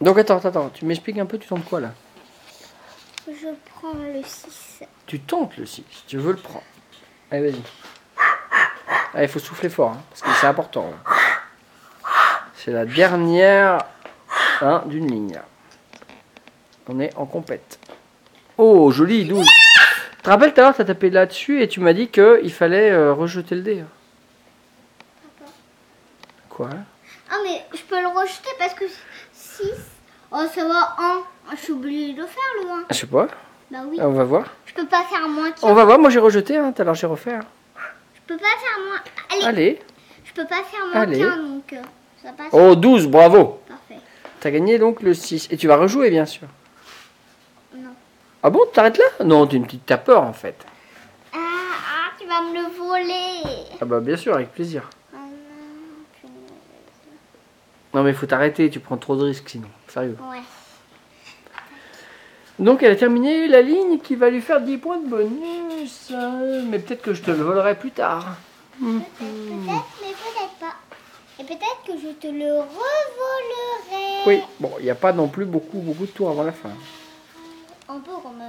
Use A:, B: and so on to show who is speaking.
A: Donc attends, attends, attends, tu m'expliques un peu, tu tentes quoi là
B: Je prends le 6.
A: Tu tentes le 6, tu veux le prendre. Allez, vas-y. Allez, il faut souffler fort, hein, parce que c'est important. là. C'est la dernière hein, d'une ligne. là. On est en compète. Oh, joli, 12. Tu te rappelles tout à l'heure, tu as tapé là-dessus et tu m'as dit qu'il fallait euh, rejeter le dé. hein. Quoi
B: Ah, mais je peux le rejeter parce que 6. Oh, ça va, 1. Je suis obligée de le faire, le 1.
A: Je sais pas,
B: Bah oui.
A: on va voir.
B: Je peux pas faire moins qu'un.
A: Ah On va voir, moi j'ai rejeté, hein, tout à l'heure j'ai refait. hein.
B: Je peux pas faire moins. Allez,
A: Allez.
B: je peux pas faire moins
A: Allez.
B: qu'un, donc euh, ça passe.
A: Oh, 12, bravo
B: Parfait.
A: T'as gagné donc le 6. Et tu vas rejouer, bien sûr.
B: Non.
A: Ah bon, t'arrêtes là Non, t'es une petite tapeur en fait.
B: Ah, ah, tu vas me le voler.
A: Ah bah bien sûr, avec plaisir.
B: Ah non, punaise.
A: Non mais faut t'arrêter, tu prends trop de risques sinon. Sérieux.
B: Ouais.
A: Donc elle a terminé la ligne qui va lui faire 10 points de bonus. euh, Mais peut-être que je te le volerai plus tard.
B: Peut-être,
A: Hmm.
B: peut-être, mais peut-être pas. Et peut-être que je te le revolerai.
A: Oui, bon, il n'y a pas non plus beaucoup, beaucoup de tours avant la fin.
B: On peut remettre.